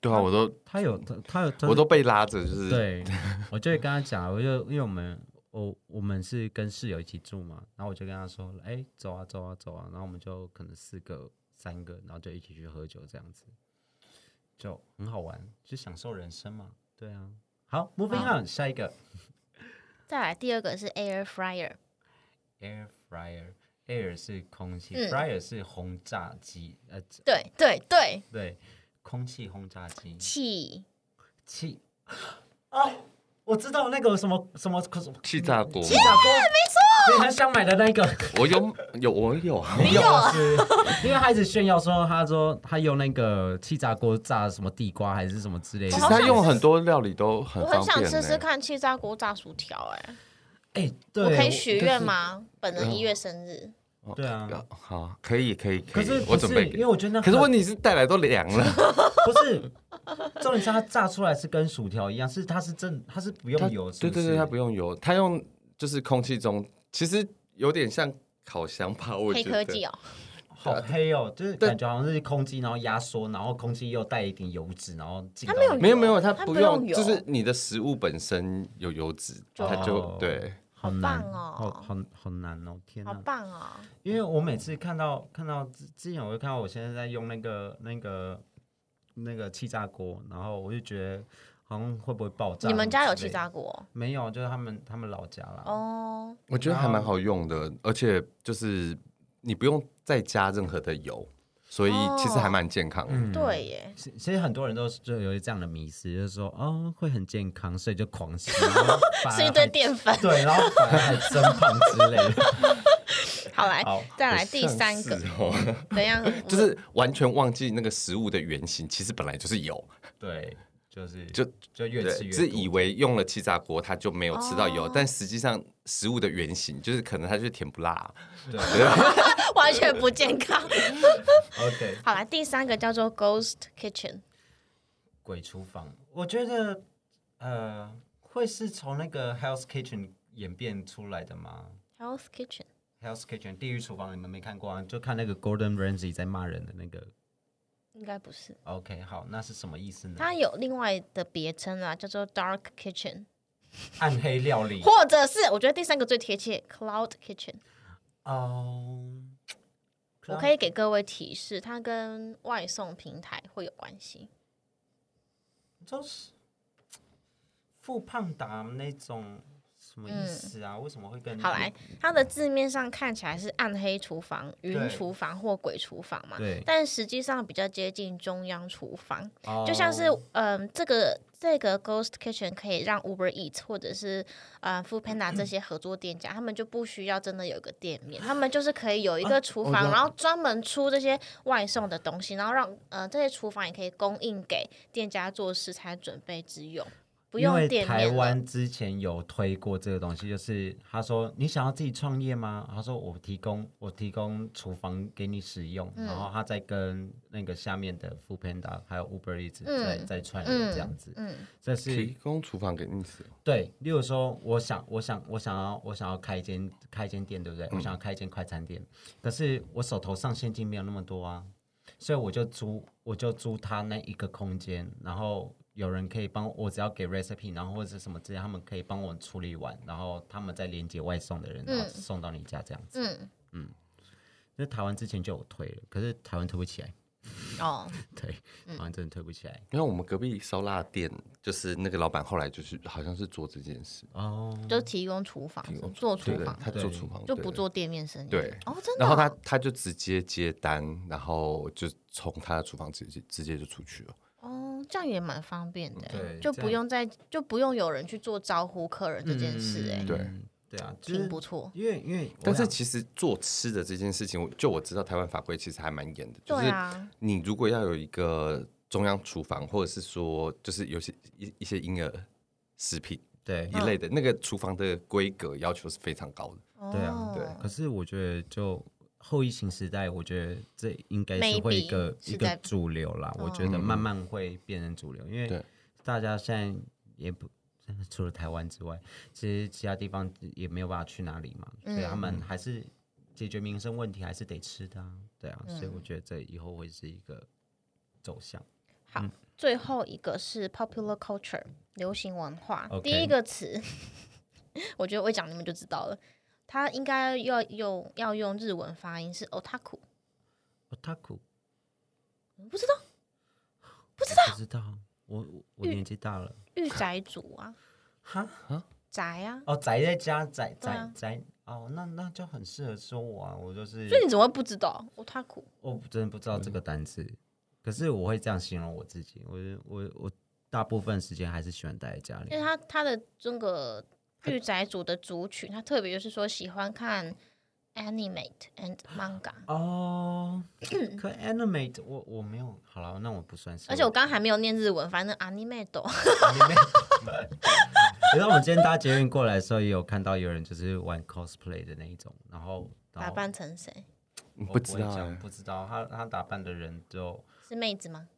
S3: 对啊，我都
S1: 他有他他有
S3: 我都被拉着，就是
S1: 对，我就会跟他讲，我就因为我们我我们是跟室友一起住嘛，然后我就跟他说，哎、走啊走啊走啊，然后我们就可能四个三个，然后就一起去喝酒这样子，就很好玩，就享受人生嘛。对啊，好，moving on，下一个
S2: 再来第二个是 air fryer，
S1: air fryer。air 是空气、
S2: 嗯
S1: f r y e r 是轰炸机，呃，
S2: 对对对，
S1: 对，空气轰炸机
S2: 气
S1: 气啊，我知道那个什么什么什么
S3: 气炸锅。
S1: 炸锅，没错，你很想买的那个，
S3: 我有有我有 <laughs> 啊，
S2: 没有啊
S1: 是，因为他一直炫耀说，他说他用那个气炸锅炸什么地瓜还是什么之类的
S3: 其
S2: 我
S3: 实
S2: 好
S3: 他
S2: 想
S3: 用很多料理都很
S2: 我
S3: 方
S2: 很
S3: 便欸
S2: 想
S3: 呢。
S2: 吃吃看气炸锅炸薯条、哎，
S1: 哎，对，
S2: 我可以许愿
S1: 可是？
S2: 吗？本
S3: 嗯
S2: 人一月生日，
S3: 哦
S1: 对啊
S3: 好，可以可以
S1: 可
S3: 可以
S1: 是，
S3: 我
S1: 不
S3: 准
S1: 是，
S3: 备
S1: 因
S3: 给
S1: 为。我觉得那
S3: 可是问
S1: 很
S3: 题是带来都凉了，
S1: 不是，重点是它炸出来是跟薯条一样，是它是正，它是不
S3: 它
S1: 用油，是
S3: 对
S1: 不
S3: 对
S1: 是
S3: 对，它不用油，它用就是空气中，其实有点像烤箱吧，我
S2: 黑
S3: 觉
S2: 科
S3: 得。
S2: 技哦、
S1: 好黑哦，就是
S3: 对啊
S1: 感觉好像是空气，然后压缩，然后空气又带一点油脂，然后进
S2: 它
S1: 到
S2: 没有
S1: 里
S3: 没有没有，它
S2: 它
S3: 不
S2: 不
S3: 用，
S2: 用油
S3: 就是你的食物本身有油脂，
S2: 就
S3: 它就
S1: 好
S3: 对。
S1: 好
S2: 好
S1: 难
S2: 棒哦
S1: 好好好难哦，天
S2: 好
S1: 哪！
S2: 棒哦、
S1: 因为我每次看到看到之之前，我会看到我现在在用那个那个那个气炸锅，然后我就觉得好像会不会爆炸？
S2: 你们家有气？炸锅
S1: 没有，就是他们他们老家啦。
S2: 哦？
S3: 我觉得还蛮好用的，而且就是你不用再加任何的油，所以其实还蛮健康的。
S1: 嗯，
S2: 对耶，
S1: 其。其实很多人都是就有这样的迷思，就是说哦会很健康，所以就狂吃，然后反而
S2: 是一
S1: <laughs> 还
S2: 堆淀粉。
S1: 对，然后反而还增胖之类的。
S2: 好来
S1: 好，
S2: 再来第三个
S3: 好，像是哦
S1: <laughs>
S2: 怎样？
S3: 就是完全忘记那个食物的原型，其实本来就是有，
S1: <laughs> 对，就是
S3: 就
S1: 就越吃
S3: 对，
S1: 越
S3: 是
S1: 多
S3: 以为用了气炸锅它就没有吃到油，
S2: 哦
S3: 但实际上食物的原型就是可能它就是甜不辣，
S1: 对
S2: 完全不健康。
S1: ，OK，
S2: 好来，第三个叫做 Ghost Kitchen，
S1: 鬼厨房，我觉得呃会是从那个 Hell's Kitchen 演变出来的吗
S2: Health Kitchen。
S1: ？Hell's Kitchen 地狱厨房，你们没看过啊？就看那个 Gordon Ramsay 在骂人的那个。
S2: 应该不是，
S1: OK，好，那是什么意思呢？
S2: 它有另外的别称啊，叫做 Dark Kitchen，
S1: 暗黑料理。
S2: 或者是我觉得第三个最贴切，Cloud Kitchen。
S1: 哦、
S2: 我可以给各位提示，它跟外送平台会有关系。
S1: 就是富胖达那种什么意思啊？为什么会跟
S2: 好来，它的字面上看起来是暗黑厨房、云
S1: 嗯对
S2: 厨房或鬼厨房嘛，
S1: 对
S2: 但实际上比较接近中央厨房，
S1: 哦
S2: 就像是嗯，这个这个 Ghost Kitchen 可以让 Uber Eats 或者是呃 Food Panda 这些合作店家，他们就不需要真的有一个店面，他们就是可以有一个厨
S1: 啊我知
S2: 房，
S1: 道
S2: 然后专门出这些外送的东西，然后让呃这些厨房也可以供应给店家做食材准备之用，不
S1: 因
S2: 用
S1: 为
S2: 店
S1: 台
S2: 面了。
S1: 湾之前有推过这个东西，就是他说你想要自己创业吗？他说我提供我提供厨房给你使用，然
S2: 嗯
S1: 后他再跟那个下面的 Food Panda 还有 Uber Eats
S2: 嗯
S1: 在、在串联
S2: 嗯
S1: 这样子，
S2: 嗯，
S1: 这是
S3: 提供厨房给你吃。哦
S1: 对，例如说，我想，我想，我想要，我想要开一间开一间店，对不对？
S3: 嗯
S1: 我想要开一间快餐店，可是我手头上现金没有那么多啊，所以我就租，我就租他那一个空间，然后有人可以帮我，只要给 recipe，然后或者是什么之类，他们可以帮我处理完，然后他们再连接外送的人，然后
S2: 嗯
S1: 送到你家这样子。
S2: 嗯，
S1: 那、台湾之前就有推了，可是台湾推不起来，
S2: 哦，
S1: 对，台湾真的推不起来。
S3: 因为我们隔壁烧腊店，就是那个老板后来就是好像是做这件事，
S1: 哦，
S2: 就提供厨房，做厨
S3: 对对
S2: 房
S3: 他做
S1: 对
S3: 厨房
S2: 就不。
S3: 对
S2: 做店面生意。
S3: 对
S2: 哦，真的哦。
S3: 然后他他就直接接单，然后就从他的厨房直接直接就出去了。
S2: 哦，这样也蛮方便的欸，
S1: 对
S2: 就
S1: 这
S2: 不
S1: 样
S2: 用再就不用有人去做招呼客人这件事，哎
S1: 嗯，
S3: 对
S1: 对啊，就是
S2: 挺不错。
S1: 因为因为我
S3: 但是
S1: 想
S3: 其实做吃的这件事情，我就我知道台湾法规其实还蛮严的，就是
S2: 对啊，
S3: 你如果要有一个中央厨房，或者是说就是有些一一些婴儿食品
S1: 对
S2: 嗯
S3: 一类的，那个厨房的规格要求是非常高的。
S1: 对啊
S3: 对
S2: 哦
S1: 可是我觉得，就后疫情时代，我觉得这应该是会
S2: Maybe
S1: 一个
S2: 是
S1: 一个
S2: 在嗯
S1: 主流啦。我觉得慢慢会变成主流，因为
S3: 对
S1: 大家现在也不 <laughs> 除了台湾之外，其实其他地方也没有办法去哪里嘛，所以他
S2: 嗯
S1: 们还是解决民生问题还是得吃的、啊，对啊。所以
S2: 嗯
S1: 我觉得这以后会是一个走向。
S2: 好，
S1: 嗯
S2: 最后一个是 popular culture 流行文化。第一
S1: OK
S2: 个词， <laughs> 我觉得我一讲你们就知道了，它应该要用要用日文发音是 otaku，
S1: Otaku
S2: 不知道
S1: 不知道，不知道，我我我
S2: 玉
S1: 年纪大了，
S2: 御宅族啊，
S1: 哈。
S2: 宅啊，
S1: 哦，宅在家，宅
S2: 对
S1: 宅
S2: 啊
S1: 宅，哦，那那就很适合说我啊，我就是，
S2: 所以你怎么会不知道 otaku？
S1: 我真的不知道这个单词，可是我会这样形容我自己，我我我大部分时间还是喜欢待在家里
S2: 因为，他他的这个御宅族的族群，他特别就是说喜欢看 animate and
S1: <laughs>
S2: manga，
S1: 哦，
S2: <clears throat>
S1: 可 animate 我我没有，好了，那我不算是，
S2: 而且我刚刚还没有念日文，反正 anime 都
S1: 哦你知道我们今天搭捷运过来的时候，也有看到有人就是玩 cosplay 的那一种，然后然
S2: 打
S1: 后
S2: 扮成谁？
S1: 我
S3: 嗯不
S1: 不
S3: 知
S1: 会
S3: 道、
S1: 讲
S3: 欸，
S1: 不知道他他打扮的人就
S2: 是妹子吗？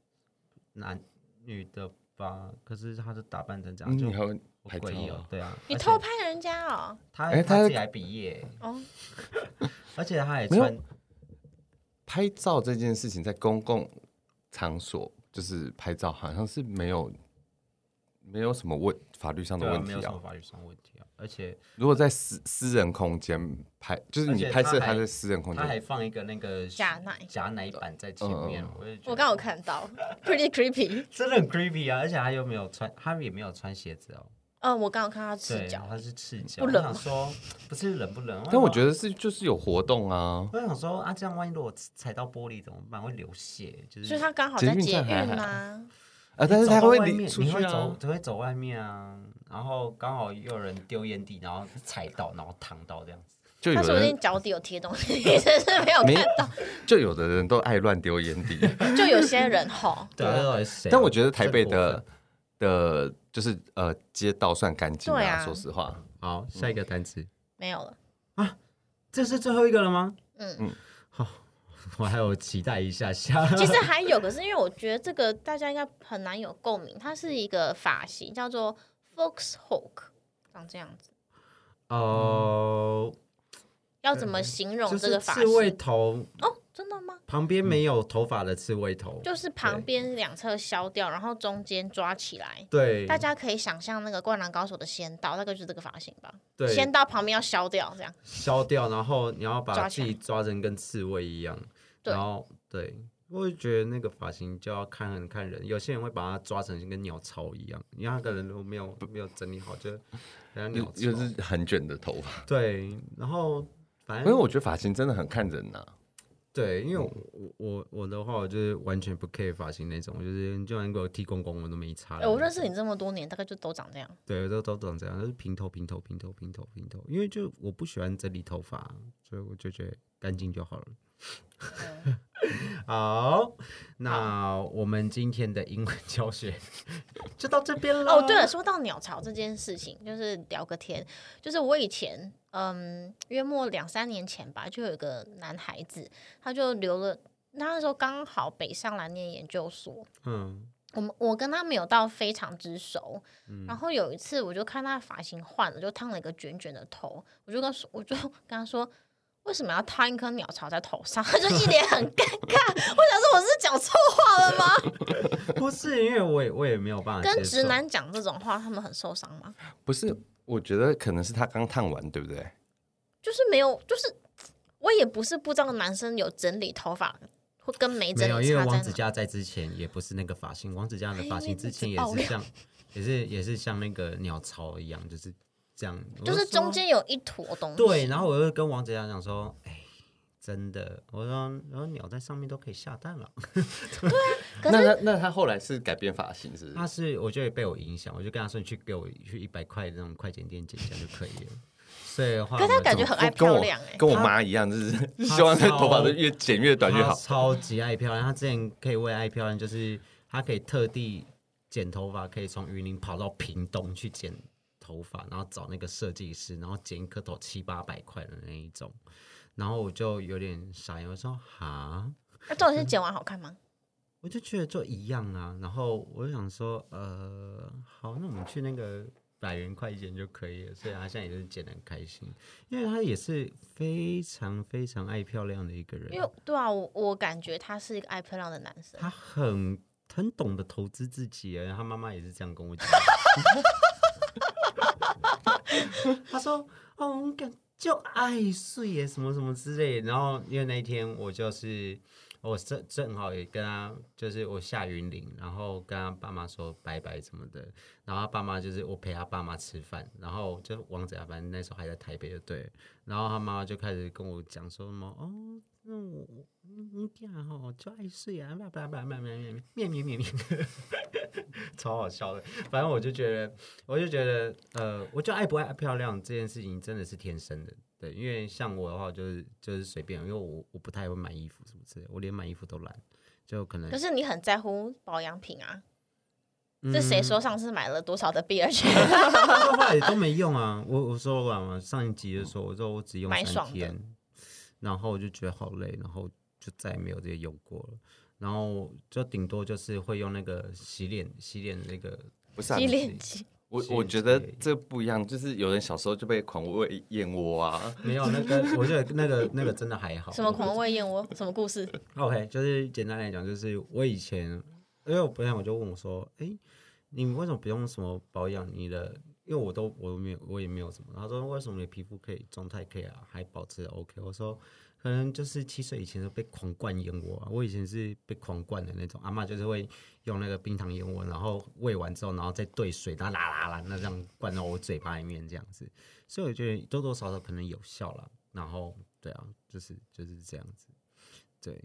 S1: 男女的吧，可是他就打扮成这样，
S3: 嗯
S1: 就
S3: 你还会
S1: 好
S3: 拍照
S1: 诡异哦
S3: 啊，？
S1: 对啊，
S2: 你
S1: 而且
S2: 偷拍人家哦？
S1: 他，
S3: 哎
S1: 他
S3: 他
S1: 自己还毕业，
S2: 哦，
S1: 而且他也
S3: 没有
S1: 穿，
S3: 拍照这件事情在公共场所就是拍照，好像是没有没有什么问法律上的
S1: 对啊，
S3: 问
S1: 没有
S3: 题
S1: 什
S3: 啊。
S1: 么法律上问题啊。而且
S3: 如果在私私人空间拍，就是你
S1: 而且
S3: 拍摄
S1: 他还
S3: 他在私人空
S1: 他还
S3: 间，
S1: 放一个那个
S2: 假奶
S1: 假奶板在前面
S3: 嗯嗯，
S1: 我就觉得
S2: 我刚有看到，pretty creepy。
S1: 真的很 creepy 啊！而且他又没有穿，他也没有穿鞋子哦，
S2: 嗯，我刚有看到
S1: 对
S2: 赤，脚，
S1: 他是赤脚。
S2: 不
S1: 我
S2: 冷
S1: 想说，不是冷不冷？
S3: 但我觉
S1: 得，
S3: 得是就是有活动啊。
S1: 我想说啊，这样万一如果踩到玻璃怎么办？会流血，就是
S2: 所以他刚好
S3: 捷
S2: 在
S3: 运
S2: 捷
S3: 站还
S2: 运
S3: 好
S2: 啊。
S3: 啊，但是他
S1: 走到
S3: 会
S1: 外
S3: 离
S1: 面，
S3: 出
S1: 你
S3: 去
S1: 会
S3: 啊
S1: 走，。只会走外面啊。然后刚好又有人丢烟蒂，然后踩到，然后躺到这样子。
S3: 就有
S2: 他说不
S3: 人
S2: 定脚底有贴东西， <laughs> 你只是没有
S3: 没
S2: 看到。
S3: 就有的人都爱乱丢烟
S1: <laughs>
S3: 蒂，
S2: 就有些人吼，
S1: 对啊，到底是谁啊
S3: 但我觉得台北
S1: 这个
S3: 的的，就是呃街道算干净
S2: 对
S3: 啊，
S2: 啊
S3: 说实话，
S1: 好，下一个单词，
S2: 没有了。
S1: 这是最后一个了吗？
S2: 嗯，
S1: 我还有期待一下下。
S2: 其实还有，可是因为我觉得这个大家应该很难有共鸣。它是一个发型，叫做 fox hawk，长这样子。
S1: <laughs> 哦，
S2: 要怎么形容
S1: 就
S2: 这
S1: 是
S2: 个发
S1: 刺
S2: 型？
S1: 猬头
S2: 哦，真的吗？
S1: 旁边没有头发的刺猬头，
S2: 就是旁边两侧削掉，然后中间抓起来。
S1: 对，
S2: 大家可以想象那个《灌篮高手》的仙道，大概就是这个发型吧。
S1: 对
S2: 仙道旁边要削掉，这样
S1: 削掉，然后你要把
S2: 抓起
S1: 自
S2: 来
S1: 己抓成跟刺猬一样，
S2: 对
S1: 然后对，我就觉得那个发型就要看人看人，有些人会把它抓成跟鸟巢一样，你看那个人如果没有没有整理好，就人家鸟
S3: 又
S1: 巢，
S3: 又是很卷的头发，
S1: 对，然后反
S3: 因为
S1: 正
S3: 哎我觉得嗯发型真的很看人呐、
S1: 对，因为我我我我的话，我就是完全不 care 发型那种，我就是你就算给我剃公公，我都没差
S2: 哎、。我认识你这么多年，大概就都长这样。
S1: 对，都都长这样，就是平头平头平头平头平头，因为就我不喜欢整理头发，所以我就觉得干净就好了。
S2: 嗯
S1: <laughs> 好，那我们今天的英文教学 <laughs> 就到这边了。
S2: 哦，对了，，说到鸟巢这件事情，就是聊个天，就是我以前，嗯，约莫两三年前吧，就有一个男孩子，他就留了，那时候刚好北上来念研究所，
S1: 嗯，
S2: 我们我跟他没有到非常之熟，然后有一次我就看他发型换了，就烫了一个卷卷的头，我就跟他说我就 <laughs> 跟他说。为什么要烫一颗鸟巢在头上？ <laughs> 他就一脸很尴尬。我想说，我是讲错话了吗？
S1: 不是，因为我也我也没有办法
S2: 跟
S1: 接
S2: 直
S1: 受
S2: 男讲这种话，他们很受伤吗？
S3: 不是，我觉得可能是他刚烫完，对不对？
S2: 就是没有，就是我也不是不知道男生有整理头发或跟没整
S1: 没有，
S2: 理
S1: 因为
S2: 差
S1: 王
S2: 在
S1: 子
S2: 哪。
S1: 佳在之前也不是那个发型，王子佳的
S2: 哎
S1: 发型
S2: 你
S1: 之
S2: 这
S1: 前
S2: 是
S1: 也
S2: 爆
S1: 是
S2: 料
S1: 像，也是也是像那个鸟巢一样，就是这样，我
S2: 就是
S1: 说
S2: 中间有一坨东西。
S1: 对，然后我就跟王子佳讲说，哎。真的，我说，然后鸟在上面都可以下蛋了。 <laughs>
S2: 可
S3: 那
S2: 是
S3: 那那他后来是改变发型是不是
S1: 他？是，我觉得被我影响，我就跟他说，你去给我去一百块那种快剪店剪一下就可以了。所以的话，
S2: 可是
S1: 我
S2: 他
S1: 们
S2: 感
S1: 就
S2: 觉很爱
S3: 跟
S2: 漂
S3: 我
S2: 亮哎、
S3: 跟我妈一样，就是 <laughs>
S1: 他
S3: 希望那头发都越剪越短越
S1: 她
S3: 好。
S1: 超级爱漂亮，她之前可以为爱漂亮，就是她可以特地剪头发，可以从云林跑到屏东去剪头发，然后找那个设计师，然后剪一颗头七八百块的那一种。然后我就有点傻眼，我说哈，
S2: 那重点是剪完好看吗？
S1: 我就觉得就一样啊。然后我就想说，呃，好，那我们去那个百元快剪就可以了。所以她现在也是剪的很开心，因为她也是非常非常爱漂亮的一个人。
S2: 因为对啊，我我感觉他是一个爱漂亮的男生。
S1: 他很很懂得投资自己耶，他妈妈也是这样跟我讲。他说：“哦，我感就爱睡耶，什么什么之类。”然后因为那一天我就是我正正好也跟他，就是我下云林，然后跟他爸妈说拜拜什么的。然后他爸妈就是我陪他爸妈吃饭，然后就王子啊，反正那时候还在台北就对了。然后他妈妈就开始跟我讲说什么哦。那我你讲哦，就爱睡啊，叭叭叭叭叭叭面面面面， <laughs> 超好笑的。反正我就觉得，我就觉得，呃，我就爱不爱漂亮这件事情真的是天生的。对，因为像我的话，就是就是随便，因为我我不太会买衣服什么之类的，我连买衣服都懒，就可能
S2: 可是你很在乎保养品啊？
S1: 嗯
S2: 这谁说上次买了多少
S1: <laughs>
S2: 的 B 二 G？
S1: 后来都没用啊。我我说过嘛，上一集的时候我说我只用
S2: 蛮
S1: 三
S2: 爽的
S1: 天，然后我就觉得好累，然后就再也没有这些用过了。然后就顶多就是会用那个洗脸洗脸的那个，
S3: 不是、啊，
S2: 洗脸机
S3: 我
S1: 洗
S3: 我
S1: 脸
S3: 觉得
S1: 机
S3: 这不一样，就是有人小时候就被狂喂燕窝啊，
S1: 没有那个， <laughs> 我觉得那个那个真的还好。
S2: 什么狂喂燕窝？什么
S1: <laughs>
S2: 故事？
S1: OK，就是简单来讲，就是我以前，因为我朋友就问我说：“哎、你为什么不用什么保养你的？因为我都我没有我也没有什么。”他说：“为什么你的皮肤可以状态可以啊，还保持得 OK？” 我说：“可能就是七岁以前都被狂灌燕窝、啊，我以前是被狂灌的那种。阿嬷就是会用那个冰糖燕窝，然后喂完之后，然后再兑水，然后啦啦啦，那这样灌到我嘴巴里面这样子。所以我觉得多多少少可能有效了。然后对啊，就是就是这样子，对。”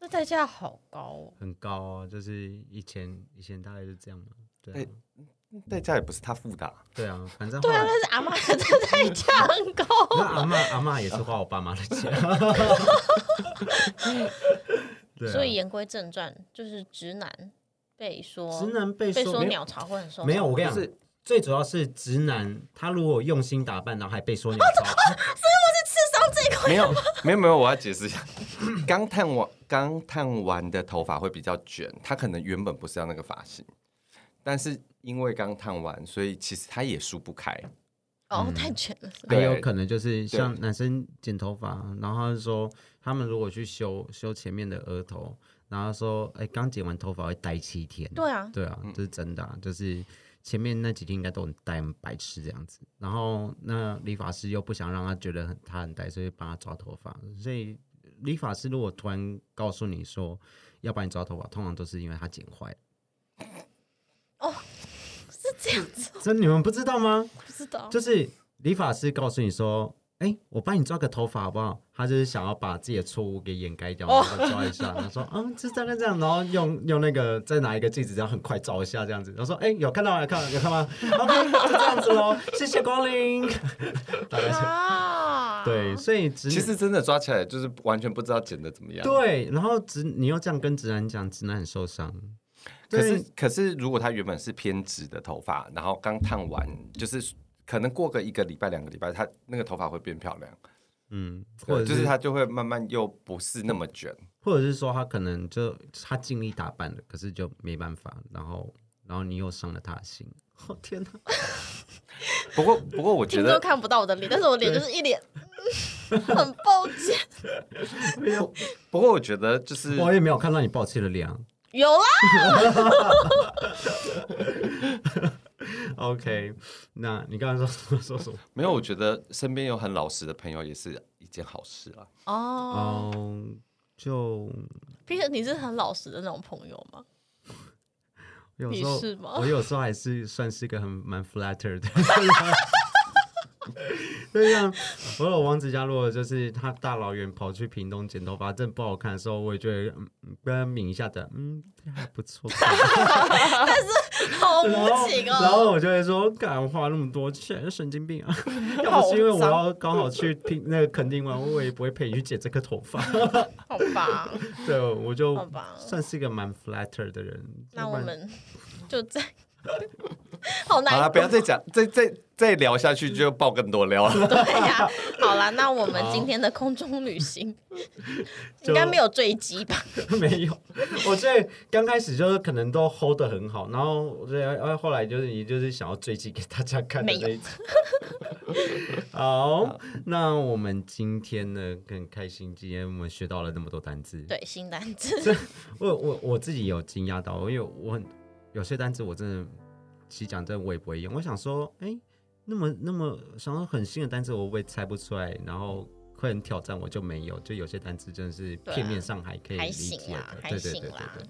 S2: 那代价好高哦。
S1: 很高哦，就是以前以前大概是这样嘛，对、啊
S3: 哎代驾也不是他付的啊、
S1: 对啊，反正后
S2: <laughs> 对啊，哦
S1: 来
S2: 但是阿妈真的在
S1: 嗯
S2: 抢购。
S1: 那阿妈阿妈也是花我爸妈的
S2: <laughs>
S1: 钱， <laughs> 对啊
S2: 所以言归正传，就是直男被说
S1: 直男被
S2: 被说
S1: 没有
S2: 鸟巢会很受
S1: 没有，我跟你
S3: 就
S1: 讲
S3: 是，
S1: 最主要是直男他如果用心打扮，然后还被说鸟
S2: <laughs>
S1: 巢，
S2: 智商这一块
S3: 没有，没有，没有，我要解释一下。 <coughs> 刚烫完，刚烫完的头发会比较卷，他可能原本不是要那个发型，但是因为刚烫完，所以其实他也梳不开。
S1: 嗯
S2: 哦，太卷了，是吧
S1: 还
S3: 对
S1: 有可能就是
S3: 对
S1: 像男生剪头发，啊然后他就说他们如果去修修前面的额头，然后说哎刚剪完头发会待七天，
S2: 对啊，
S1: 对啊，
S3: 嗯
S1: 这是真的、啊，就是前面那几天应该都很呆很白痴这样子，然后那理发师又不想让他觉得很他很呆，所以帮他抓头发，所以理发师如果突然告诉你说要帮你抓头发，通常都是因为他剪坏了，
S2: 哦是这样子，哦
S1: 这你们不知道吗？
S2: 我不知道。
S1: 就是理发师告诉你说。哎，我帮你抓个头发好不好？他就是想要把自己的错误给掩盖掉，然后抓一下。他说：“嗯，就大概这样。”然后用用那个再拿一个镜子，然后很快照一下这样子。然后说：“哎，有看到有看到有看吗？OK，就这样子喽，谢谢光临。” <laughs> 大概
S2: <laughs>
S1: 是
S2: 啊，
S1: 对，，所以直
S3: 其实真的抓起来就是完全不知道剪的怎么样。，
S1: 对，然后直你又这样跟直男讲，直男很受伤。
S3: 可是
S1: 对
S3: 可是如果他原本是偏直的头发，然后刚烫完，就是可能过个一个礼拜、两个礼拜，他那个头发会变漂亮，
S1: 嗯，或
S3: 或
S1: 者
S3: 者就是是他就会慢慢又不是那么卷。
S1: 或者是说他可能就他尽力打扮了，可是就没办法，然后然后你又伤了他的心。哦天哪！
S3: 不过不过我觉
S2: <laughs> 听众
S3: 得
S2: 看不到我的脸，但是我脸就是一脸 <laughs> 很抱歉。
S3: 不过我觉得就
S1: <laughs>
S3: 是
S1: 我也没有看到你抱歉的脸啊。
S2: 有啦，
S1: OK，那你刚才说 <laughs> 说什么？
S3: 没有，我觉得身边有很老实的朋友也是一件好事啊啦。
S2: 哦，
S1: 嗯，就
S2: 毕竟你是很老实的那种朋友 <laughs> 嘛。
S1: 有时候
S2: 你是吗
S1: 我有时候还是算是个很蛮 flatter 的。 <laughs> 对呀，我有王子佳洛，就是他大老远跑去屏东剪头发，真的不好看的时候，我也觉得嗯，嗯跟他抿一下的，嗯，还不错。
S2: 好
S1: 啊
S2: 无
S1: 然后
S2: 情
S1: 然后
S2: 哦！
S1: 我就会说，敢花那么多钱，神经病
S2: <laughs>
S1: 啊！要不是因为我要刚好去听那个垦丁玩，我也不会陪你去剪这颗头
S2: <laughs>
S1: 发。
S2: 好吧，
S1: 对，我就
S2: 好吧
S1: 算是一个蛮 flatter 的人。
S2: 那
S1: 要不
S2: 我
S1: 然
S2: 们就这样， <laughs> 好难
S3: 好
S2: 过
S3: 啦，不要再讲，再再再聊下去就爆更多料了。
S2: 对
S3: <laughs>
S2: 呀、好啦，那我们今天的空中旅行应该没有坠机吧？
S1: <laughs> 没有，我觉得刚开始就是可能都 hold 得很好，然后我觉得呃后来就是你就是想要追击给大家看的
S2: 没有
S1: 那一种。 <laughs> 好，那我们今天呢很开心，今天我们学到了那么多单词。
S2: 对，新单词
S1: 我我我自己有惊讶到，因为我很有些单词我真的，其实讲真的我也不会用。我想说，哎、那么那么想说很新的单词，我会不会猜不出来，然后会很挑战，我就没有。就有些单词真的是
S2: 对啊
S1: 片面上还可以
S2: 还
S1: 理
S2: 行
S1: 解
S2: 啦
S1: 的，，
S2: 还
S1: 对对对
S2: 行
S1: 对
S2: 啦
S1: 对。。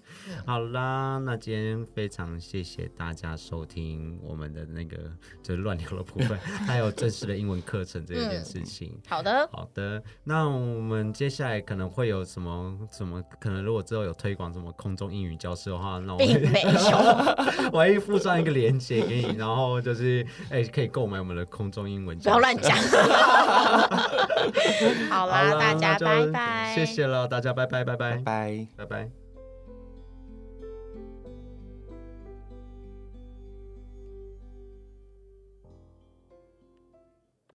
S1: 好啦，那今天非常谢谢大家收听我们的那个就是乱聊的部
S2: <laughs>
S1: 分，还有正式的英文课程这件事情。
S2: 好的，
S1: 好的，那我们接下来可能会有什么什么？可能如果之后有推广什么空中英语教室的话，那我
S2: 并
S1: 会
S2: 没有。
S1: <laughs> 我会附上一个链接给你，然后就是哎、可以购买我们的空中英文
S2: 不
S1: 教室。
S2: 要乱
S1: <laughs>
S2: 讲。好
S1: 好
S2: 啦，
S1: 啦，
S2: 大家
S1: 那就
S2: 拜拜，
S1: 谢谢了，大家拜拜拜拜
S3: 拜。
S1: 拜拜。